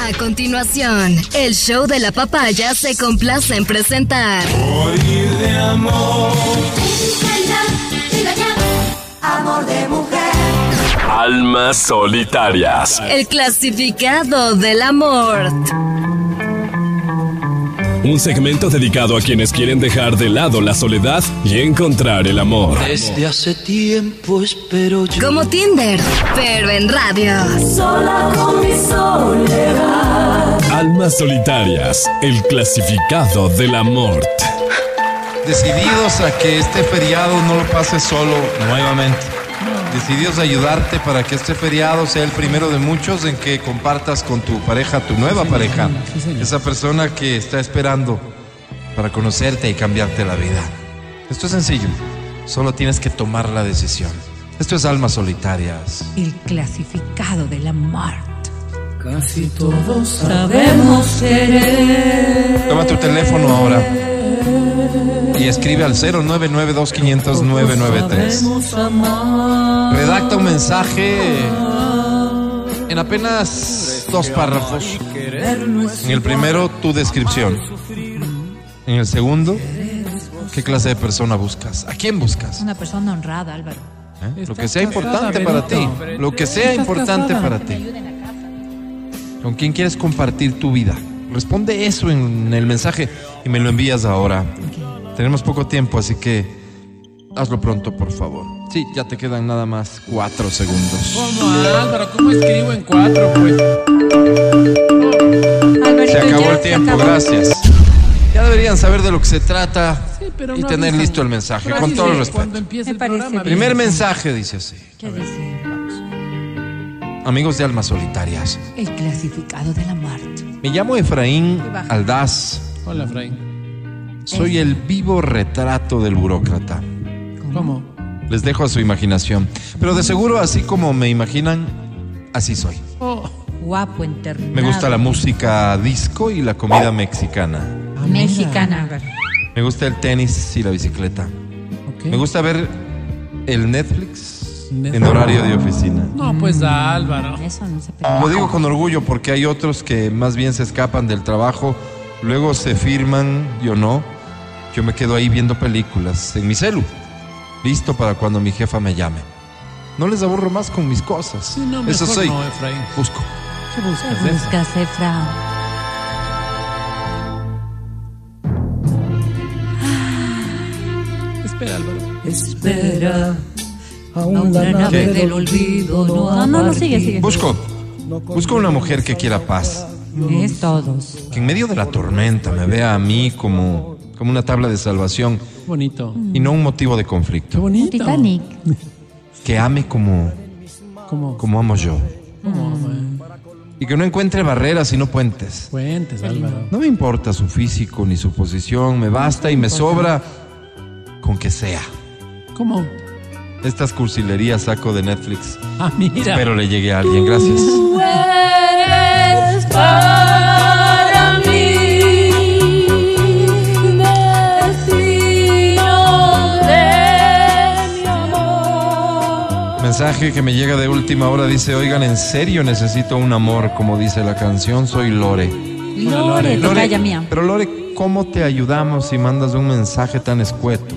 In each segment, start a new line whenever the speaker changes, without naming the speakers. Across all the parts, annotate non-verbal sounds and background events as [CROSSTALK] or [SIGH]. A continuación, el show de la papaya se complace en presentar.
Morir de amor.
Amor de mujer.
Almas solitarias.
El clasificado del amor.
Un segmento dedicado a quienes quieren dejar de lado la soledad y encontrar el amor.
Desde hace tiempo espero yo.
Como Tinder, pero en radio.
Sola con mi soledad.
Almas solitarias. El clasificado del amor.
Decididos a que este feriado no lo pases solo nuevamente. Decididos a ayudarte para que este feriado sea el primero de muchos en que compartas con tu pareja, tu nueva pareja, esa persona que está esperando para conocerte y cambiarte la vida. Esto es sencillo, solo tienes que tomar la decisión. Esto es almas solitarias.
El clasificado de la Mart.
Casi todos.
Sabemos querer.
Toma tu teléfono ahora y escribe al 0992 500 993.
Sabemos amar.
Redacta un mensaje en apenas dos párrafos. En el primero, tu descripción. En el segundo, qué clase de persona buscas. ¿A quién buscas?
Una persona honrada, Álvaro.
¿Eh? Lo que sea importante para ti. Lo que sea importante para ti. ¿Con quién quieres compartir tu vida? Responde eso en el mensaje y me lo envías ahora. Tenemos poco tiempo, así que hazlo pronto, por favor. Sí, ya te quedan nada más cuatro segundos.
Oh,
¿Cómo, Álvaro? ¿Cómo escribo en cuatro, pues?
Se acabó el tiempo, gracias. Ya deberían saber de lo que se trata y tener listo el mensaje, con todo el respeto.
Cuando empiece
Me
el
parece bien.
programa.
Primer mensaje dice así.
¿Qué dice?
Amigos de Almas Solitarias,
El clasificado de la Mart.
me llamo Efraín Aldaz.
Hola, Frank.
Soy el vivo retrato del burócrata.
¿Cómo?
Les dejo a su imaginación. Pero de seguro, así como me imaginan, así soy.
Oh,
Guapo, internado.
Me gusta la música disco y la comida mexicana.
Mexicana, Álvaro.
Me gusta el tenis y la bicicleta.
ok.
Me gusta ver el Netflix en
Netflix.
horario de oficina.
No, pues
Mm.
Álvaro.
Eso no se
Lo
permite.
digo con orgullo porque hay otros que más bien se escapan del trabajo, luego se firman, yo no. Yo me quedo ahí viendo películas en mi celu, listo para cuando mi jefa me llame. No les aburro más con mis cosas.
Sí, no,
Eso
mejor
soy.
no, eh. Efraín.
Busco.
¿Qué buscas,
¿Qué
Efra?
buscas, Efra?
Espera, Álvaro.
Espera.
Aún la nave
¿Qué?
del olvido no No, no, no, sigue, sigue.
Busco. Busco una mujer que quiera paz,
Es todos.
que en medio de la tormenta me vea a mí como, como una tabla de salvación
Qué bonito.
y no un motivo de
Qué
conflicto.
bonito.
Titanic.
Que ame como,
¿Cómo?
como amo yo.
¿Cómo, eh? güey?
Y que no encuentre barreras sino puentes.
Cuentes, Álvaro.
No me importa su físico ni su posición, me basta y me sobra con que sea.
¿Cómo?
Estas cursilerías saco de Netflix.
Ah, mira.
Espero le llegue a alguien, gracias.
Tú eres para mí. Destino de mi amor.
Mensaje que me llega de última hora dice, oigan, en serio necesito un amor, como dice la canción, soy Lore.
Lore, tocaya Pues mía.
pero Lore, ¿cómo te ayudamos si mandas un mensaje tan escueto?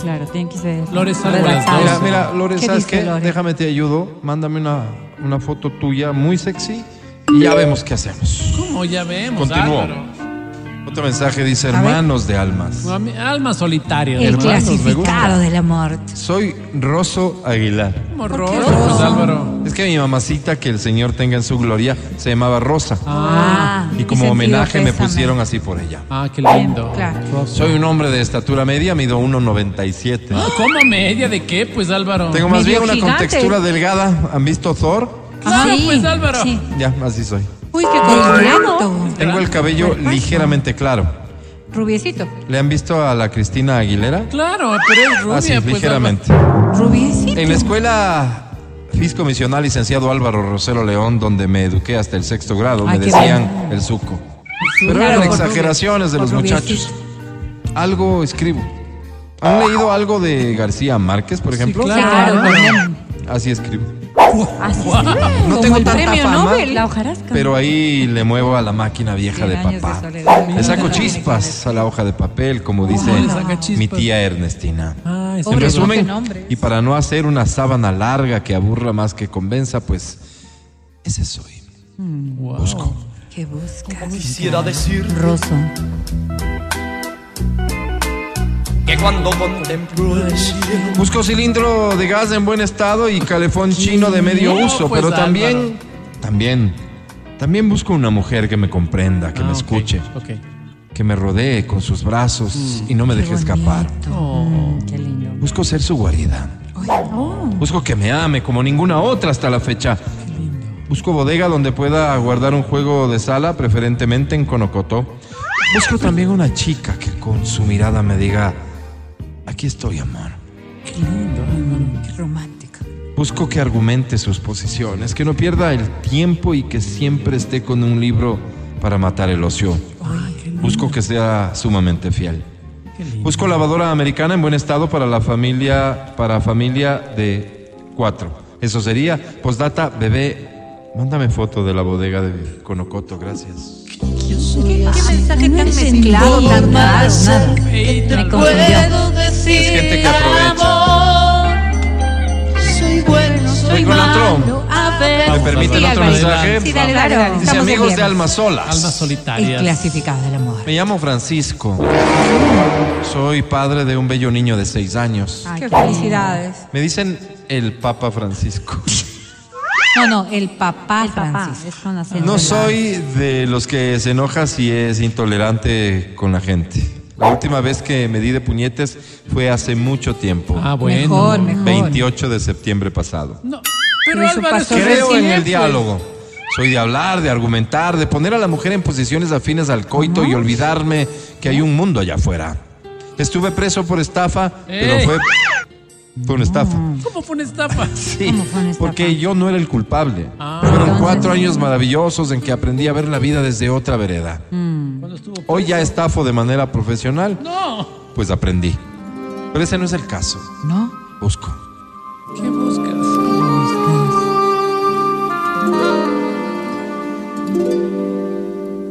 Claro, tiene que ser.
Lore, salgo a las
Redactado.
Mira, mira, Lore, ¿sabes
Ah, dice
qué?
Lore?
Déjame te ayudo, mándame una, una foto tuya muy sexy y ya vemos qué hacemos.
¿Cómo? Ya vemos,
Continúo.
Álvaro.
Otro mensaje dice,
ver.
hermanos de almas.
No, a mí- Alma solitaria.
El
hermano.
clase- me gusta.
clasificado del amor.
Soy Rosso Aguilar.
Como Rosa, pues,
Ah.
Álvaro.
Es que mi mamacita, que el Señor tenga en su gloria, se llamaba Rosa.
Ah,
y como
sentido
homenaje me
pésame.
pusieron así por ella.
Ah, qué lindo.
Claro.
Rosa.
Soy un hombre de estatura media, mido 1,97.
¿Cómo media de qué, pues, Álvaro?
Tengo más
Ah, Medio
bien una
gigante.
contextura delgada. ¿Han visto Thor?
Claro,
Sí,
pues, Álvaro.
Sí.
Ya, así soy.
Uy, qué colorado.
Tengo el cabello ligeramente claro.
Rubiecito.
¿Le han visto a la Cristina Aguilera?
Claro, pero es rubia,
Así,
pues,
ligeramente.
Rubiecito.
En la escuela fisco misional licenciado Álvaro Rosero León, donde me eduqué hasta el sexto grado,
Ay,
me
qué
decían el suco. Pero
Claro,
eran
por
exageraciones de
rubio-
los
por
muchachos. Algo escribo. ¿Han leído algo de García Márquez, por ejemplo?
claro.
Claro,
Álvaro.
también.
Así escribo.
Así sirve.
No
Como
tengo
el
tanta
premio
fama,
Nobel.
La hojarasca.
Pero ahí le muevo a la máquina vieja
Cien
de
años de
papá.
soledad.
Le saco chispas a la hoja de papel, como dice
le saca chispas?
mi tía Ernestina.
[LAUGHS] Ah, ese
En
Pobre,
resumen,
no, qué nombres.
y para no hacer una sábana larga que aburra más que convenza, pues ese soy.
wow.
¿Qué buscas?
Quisiera decir
Rosso.
que cuando contemplo el cielo
Busco cilindro de gas en buen estado y calefón chino de medio
No,
uso,
pues,
pero también, también, también busco una mujer que me comprenda, que
Ah,
me
ok,
escuche,
ok.
que me rodee con sus brazos y no me deje escapar. Oh.
Mm, qué lindo.
Busco ser su guarida. Busco que me ame como ninguna otra hasta la fecha. Busco bodega donde pueda guardar un juego de sala, preferentemente en Conocoto. Busco también una chica que con su mirada me diga, aquí estoy, amor.
Qué romántica.
Busco que argumente sus posiciones, que no pierda el tiempo y que siempre esté con un libro para matar el ocio. Busco que sea sumamente fiel. Busco lavadora americana en buen estado para la familia, para familia de cuatro. Eso sería, postdata, bebé, mándame foto de la bodega de Conocoto, gracias.
¿Qué, qué mensaje tan mezclado, tan raro? Nada. Me confundió.
Puedo decir
gente que aprovecha.
amor. Soy bueno, soy
Voy con otro.
malo. A ver,
¿Me permiten
sí,
otro
Álvaro.
mensaje?
Sí, Ah, dale, dale.
Claro.
dale.
Dice,
Estamos en
amigos de
viernes.
Almas Solas.
Almas
Y
solitarias.
clasificada del amor.
Me llamo Francisco. Soy padre de un bello niño de seis años.
Ay, qué felicidades.
Me dicen el Papa Francisco.
No, no, el papá Francis. Es con acento
No
largo.
soy de los que se enoja si es intolerante con la gente. La última vez que me di de puñetes fue hace mucho tiempo.
Ah, bueno.
Mejor, mejor.
28 de septiembre pasado.
No, pero
Pero eso
Álvaro,
pasó
eso
Creo en
recién,
el
pues.
diálogo. Soy de hablar, de argumentar, de poner a la mujer en posiciones afines al coito y olvidarme que hay un mundo allá afuera. Estuve preso por estafa, pero
Ey. Ah.
fue por una estafa.
¿Cómo fue una estafa?
Sí,
¿Cómo fue una estafa?
porque yo no era el culpable.
Ah.
Fueron
Entonces-
cuatro años maravillosos en que aprendí a ver la vida desde otra vereda.
Mm.
Cuando estuvo-
Hoy ya estafo de manera profesional,
No.
pues aprendí. Pero ese no es el caso.
¿No?
Busco.
¿Qué buscas?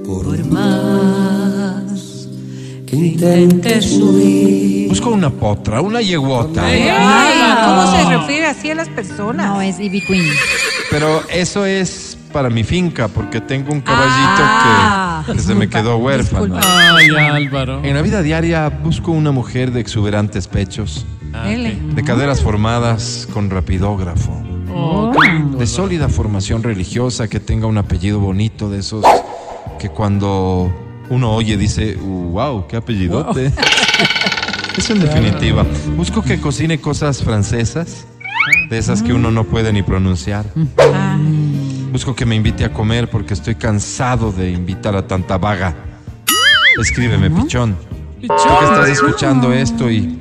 por más que intentes huir.
Busco una potra, una yeguota.
Ay, Ah, ¿cómo se
No.
refiere así a las personas?
No, es Ivy Queen.
Pero eso es para mi finca, porque tengo un caballito
Ah,
que, que se me
disculpa,
quedó huérfano.
disculpa.
Ay, Álvaro.
En la vida diaria busco una mujer de exuberantes pechos,
Ah,
L.
ok.
de caderas formadas con rapidógrafo.
Oh, qué lindo.
de sólida formación religiosa, que tenga un apellido bonito de esos que cuando uno oye dice, wow, qué apellidote. [LAUGHS] Eso en definitiva. Busco que cocine cosas francesas, de esas que uno no puede ni pronunciar.
Ah.
Busco que me invite a comer porque estoy cansado de invitar a tanta vaga. Escríbeme, pichón. Tú que estás escuchando esto y,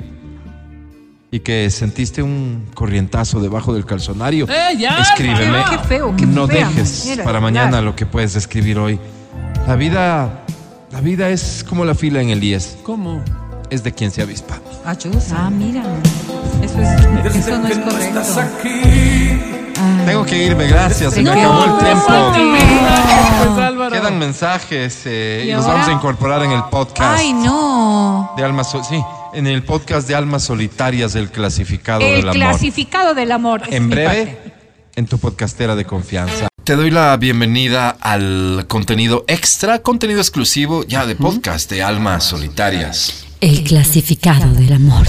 y que sentiste un corrientazo debajo del calzonario,
¡Eh, ya,
escríbeme.
Mario!
Qué feo, qué
no
fea.
dejes
Mira,
para mañana
claro.
lo que puedes escribir hoy. La vida, la vida es como la fila en el IES,
¿Cómo?
es de quien se avispa.
Ah, mira. Eso, es, eso no es correcto.
Tengo que irme, gracias. Se me
No,
acabó el tiempo.
suéltame.
Pues Álvaro.
Quedan mensajes eh,
¿Y
y los
ahora?
vamos a incorporar en el podcast
Ay, no.
de almas, Sol- sí, en el podcast de almas solitarias del clasificado
El
del amor.
clasificado del Em, amor. Esa es
en
mi
breve
parte.
en tu podcastera de confianza. Te doy la bienvenida al contenido extra, contenido exclusivo ya de podcast de Almas Solitarias.
El clasificado del amor.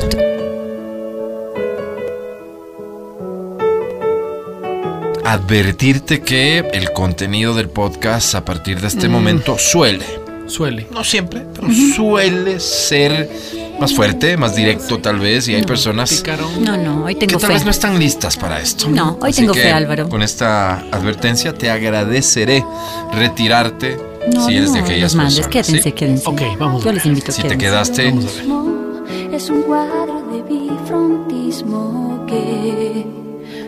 Advertirte que el contenido del podcast a partir de
Mm.
este momento suele,
Suele.
no siempre, pero suele ser más fuerte, más directo tal vez,
Mm.
y hay personas
Picarón.
No, no, hoy
que
tengo
tal
fe.
vez no están listas para esto.
No, hoy tengo fe, Álvaro.
Con esta advertencia te agradeceré retirarte
No,
si eres de
no, los
aquellas
mandes,
personas. ¿sí?
quédense, quédense.
Ok, vamos.
Yo les invito
Si
a
te quedaste,
es un cuadro de bifrontismo que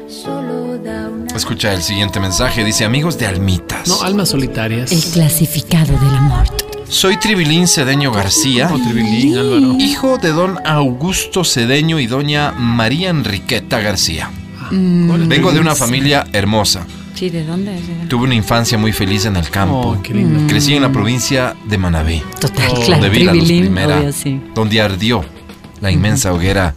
solo da una
escucha el siguiente mensaje. Dice, amigos de Almitas.
No, almas solitarias.
El clasificado del amor.
Soy Tribilín Cedeño García,
No, Tribilín, Álvaro.
hijo de don Augusto Cedeño y doña María Enriqueta García.
Ah,
Mm.
Vengo de una familia hermosa.
Sí, ¿de dónde es?
Tuve una infancia muy feliz en el campo.
Oh, qué
Mm.
lindo.
Crecí en la provincia de Manabí.
Total,
donde
claro,
vi la luz
tribilín,
primera,
obvio, sí.
donde ardió la inmensa hoguera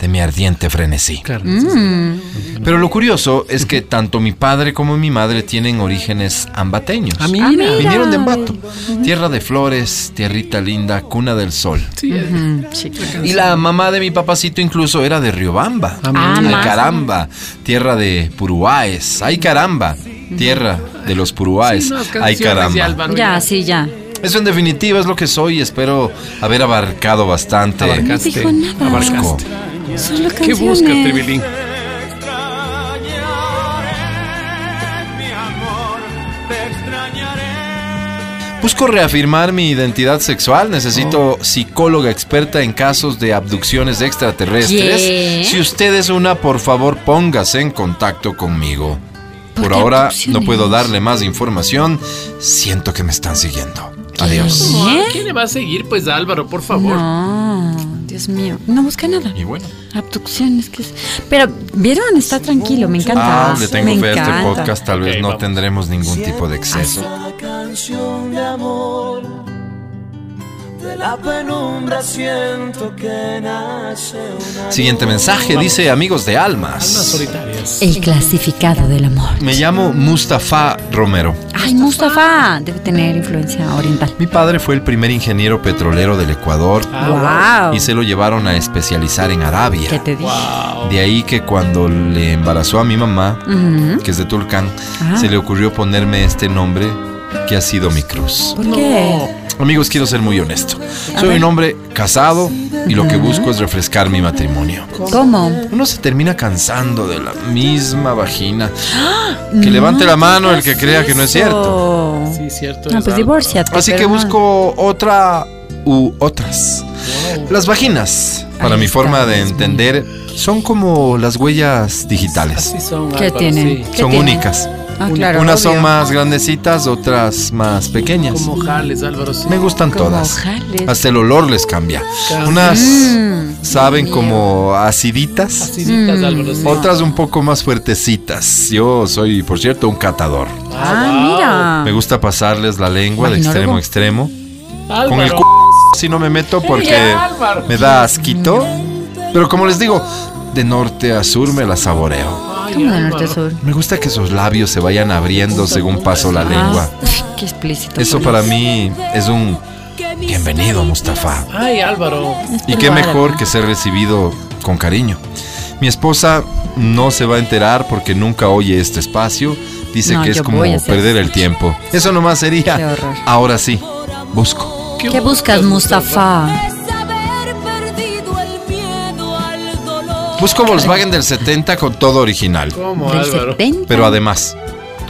de mi ardiente frenesí.
Mm.
Pero lo curioso es que tanto mi padre como mi madre tienen orígenes ambateños.
mira. Ah, mira.
Vinieron de Ambato. Tierra de flores, tierrita linda, cuna del sol.
Ujú, sí.
Y la mamá de mi papacito incluso era de Riobamba.
mira. Ah,
Ay,
más.
caramba. Tierra de Puruáes. Ay, caramba. Tierra de los Puruáes.
Sí, no,
Ay,
canciones de
caramba.
Ya, sí, ya.
Eso en definitiva es lo que soy. Espero haber abarcado bastante.
Abarcaste. No dijo nada.
Abarcó.
Solo
¿Qué
canciones.
buscas, Tribilín?
Busco reafirmar mi identidad sexual. Necesito
Oh.
psicóloga experta en casos de abducciones extraterrestres.
¿Qué?
Si usted es una, por favor, póngase en contacto conmigo.
¿Por
Por
qué
ahora no
abducciones?
puedo darle más información. Siento que me están siguiendo. Adiós.
No, ¿a ¿Quién le va a seguir? Pues Álvaro, por favor.
No, Dios mío. No busca nada.
Y bueno.
Abducciones, que es. Pero, ¿vieron? Está tranquilo, me encanta.
Ah, le tengo
me
fe a este
encanta.
podcast. Tal vez no tendremos ningún tipo de exceso.
canción de amor. De la penumbra siento que nace una.
Siguiente mensaje dice amigos de almas.
El clasificado del amor.
Me llamo Mustafa Romero.
Ay, Mustafa. Debe tener influencia oriental.
Mi padre fue el primer ingeniero petrolero del Ecuador
Ah, wow.
y se lo llevaron a especializar en Arabia.
¿Qué te dije?
De ahí que cuando le embarazó a mi mamá,
Ujú.
que es de Tulcán,
Ah.
se le ocurrió ponerme este nombre que ha sido mi cruz.
¿Por qué?
Amigos, quiero ser muy honesto. Soy un hombre casado y lo que busco es refrescar mi matrimonio.
¿Cómo?
Uno se termina cansando de la misma vagina.
¡Ah! No
Que levante la mano el
digas
que crea que no es cierto.
eso.
Sí, cierto.
No, pues divórciate.
Así que
pero no.
busco otra u otras. Las vaginas, para mi forma de entender, son como las huellas digitales.
¿Qué Álvaro, tienen? sí. ¿Qué
Son
tienen?
únicas.
Ah, claro,
Unas son
obvio.
más grandecitas, otras más pequeñas.
Como jales, Álvaro. sí.
Me gustan todas.
jales.
Hasta el olor les cambia.
Cambia.
Unas
Mm,
saben como aciditas.
Aciditas, Mm. Álvaro, sí.
Otras un poco más fuertecitas. Yo soy, por cierto, un catador.
Ah,
Me gusta pasarles la lengua de extremo a
Vaginólogo.
extremo.
mira.
Con el c si no me meto porque
Ey, Álvaro.
me da asquito. Pero como les digo, de norte a sur me la saboreo.
¿Cómo de norte a sur?
Me gusta que sus labios se vayan abriendo según paso la lengua.
Ah, qué explícito.
Eso para mí es un bienvenido, Mustafa.
Ay, Álvaro.
Y qué mejor que ser recibido con cariño. Mi esposa no se va a enterar porque nunca oye este espacio. Dice
No,
que es
yo
como
voy a hacer
perder el tiempo. Eso nomás sería. Ahora sí, busco.
¿Qué buscas, Mustafa?
Busco Volkswagen del 70 con todo original.
¿Cómo,
Del
Álvaro?
70.
Pero además,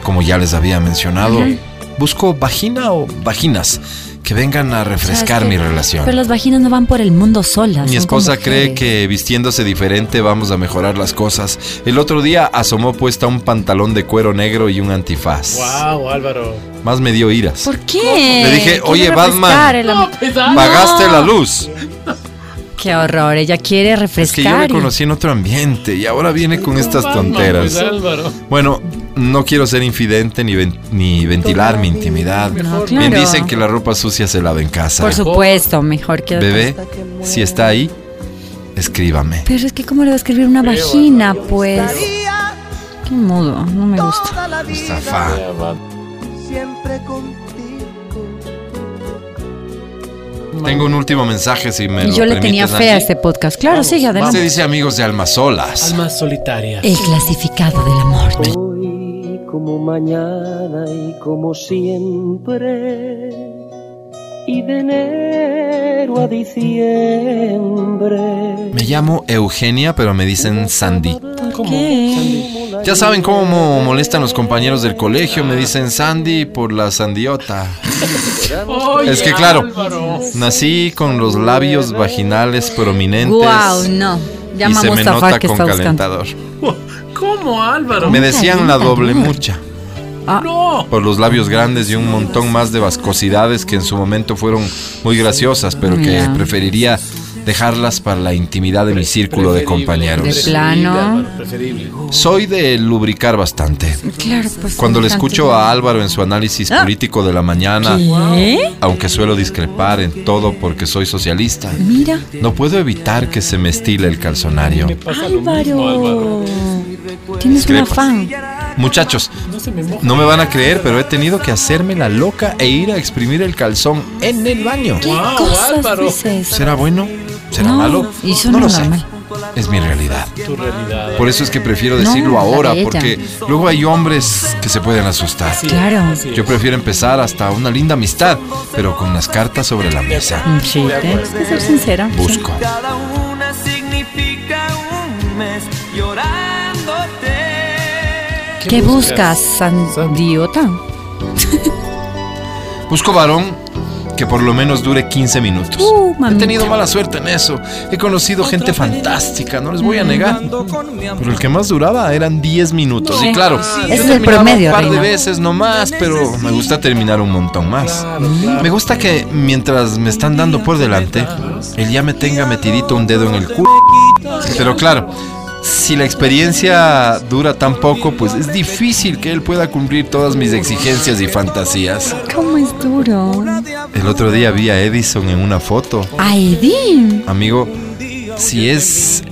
como ya les había mencionado,
Ajá.
busco vagina o vaginas que vengan a refrescar mi relación.
Pero las vaginas no van por el mundo solas.
Mi
son como
esposa cree
mujeres.
que vistiéndose diferente vamos a mejorar las cosas. El otro día asomó puesta un pantalón de cuero negro y un antifaz.
Wow, Álvaro.
Más me dio iras.
¿Por qué?
Le dije,
Quiero
"Oye, Batman,
refrescar el am-
Pagaste
Pues No.
la luz.
Qué horror, ella quiere
pues, Es que yo
refrescar.
le conocí en otro ambiente y ahora viene con estas
pues,
tonteras.
Álvaro.
Bueno, no quiero ser infidente ni, ven- ni ventilar mi intimidad.
No,
Bien
claro.
dicen que la ropa sucia se lava en
y-
casa.
Por supuesto, mejor que
Bebé, si está ahí, escríbame.
Pero es que cómo le va a escribir una vagina, pues. Qué mudo, no me gusta.
Mustafa.
Siempre contigo.
Tengo un último mensaje si me
Y
lo
yo le
permites,
tenía fe a
Angie.
este podcast. Claro, sigue
Este
adelante.
dice amigos de almas solas.
Almas solitarias.
Eh.
El clasificado del amor.
Hoy como mañana y como siempre. Y de enero a diciembre.
Me llamo Eugenia, pero me dicen Sandy.
¿Qué?
Ya saben cómo molestan los compañeros del colegio, me dicen Sandy por la sandiota.
Oye,
Es que claro,
Álvaro.
nací con los labios vaginales prominentes
Wow, no.
y
Llama a
se me nota
Mustafa que
con
está buscando.
calentador.
¿Cómo, Álvaro?
Me decían la doble mucha.
Ah.
No.
por los labios grandes y un montón más de vascosidades que en su momento fueron muy graciosas, pero que
Ya.
preferiría dejarlas para la intimidad de mi círculo de compañeros.
De plano.
Soy de lubricar bastante.
Claro, pues.
Cuando le
bastante.
escucho a Álvaro en su análisis
Ah.
político de la mañana,
¿Qué?
aunque suelo discrepar en todo porque soy socialista,
Mira.
no puedo evitar que se me estile el calzonario.
Álvaro. Tienes un
Discrepas.
afán.
Muchachos, no me van a creer, pero he tenido que hacerme la loca e ir a exprimir el calzón en el baño.
¿Qué cosas dices?
¿Será bueno? ¿Será
No,
malo?
y eso
no
no
lo
es
sé.
normal.
Es mi realidad.
Tu realidad.
Por eso es que prefiero
No,
decirlo
la de
ahora,
ella.
porque luego hay hombres que se pueden asustar.
Así es, Claro. así es.
Yo prefiero empezar hasta una linda amistad, pero con las cartas sobre la mesa.
Mm. Tienes que ser sincera.
Busco.
Cada una significa un mes llorándote.
¿Qué buscas, sandiota?
Busco varón que por lo menos dure 15 minutos.
Uh,
He
mamita.
tenido mala suerte en eso. He conocido gente fantástica, no les voy a negar. Pero el que más duraba eran 10 minutos.
Sí.
Y claro,
Ese
yo
es el
terminaba
promedio,
Un par de
Reina.
veces nomás, pero me gusta terminar un montón más. Mm. Me gusta que mientras me están dando por delante, él ya me tenga metidito un dedo en el culo. Pero claro, si la experiencia dura tan poco, pues es difícil que él pueda cumplir todas mis exigencias y fantasías.
¿Cómo es duro?
El otro día vi a Edison en una foto.
Ay, Dim.
Amigo, si es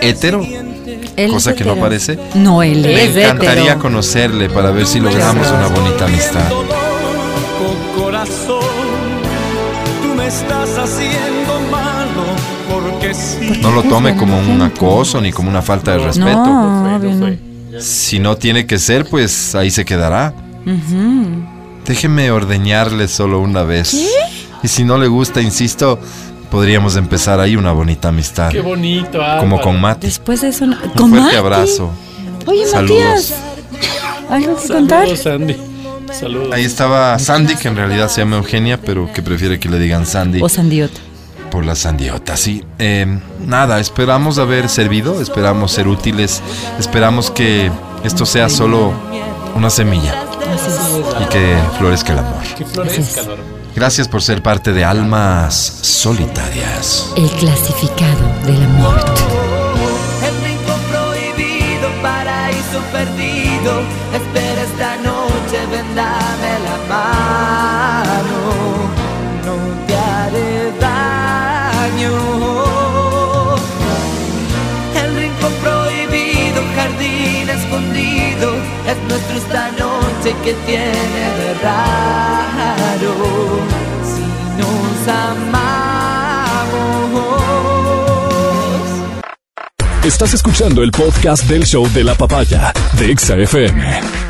hetero,
Él
cosa
es
que no
hetero.
parece,
No, él
me
es
encantaría
hetero.
conocerle para ver si logramos una bonita amistad.
Con corazón, tú me estás haciendo malo porque sí.
No lo tome como un acoso ni como una falta de respeto.
No, obvio no.
Si no tiene que ser, pues ahí se quedará.
Ujú.
Déjeme ordeñarle solo una vez. Y si no le gusta, insisto, podríamos empezar ahí una bonita amistad.
Qué bonito, Álvaro.
Como con Mati.
Después de eso. no-
Un
¿Con
fuerte
Mati?
abrazo.
Oye,
Saludos.
Matías. ¿Algo que contar?
Sandy. Saludos.
Ahí estaba Sandy, que en realidad se llama Eugenia, pero que prefiere que le digan Sandy.
O sandiota.
Por la sandiota, sí. Eh, nada, esperamos haber servido, esperamos ser útiles, esperamos que esto sea solo una semilla y que florezca el amor.
Que florezca, Álvaro.
Gracias por ser parte de Almas Solitarias.
El clasificado de la muerte.
El rico prohibido, paraíso perdido. Espera esta noche, vendame la mano. No te haré daño. El rincón prohibido, jardín escondido. Es nuestro esta noche que tiene de raro. Si nos amamos.
Estás escuchando el podcast del show de la papaya de Exa FM.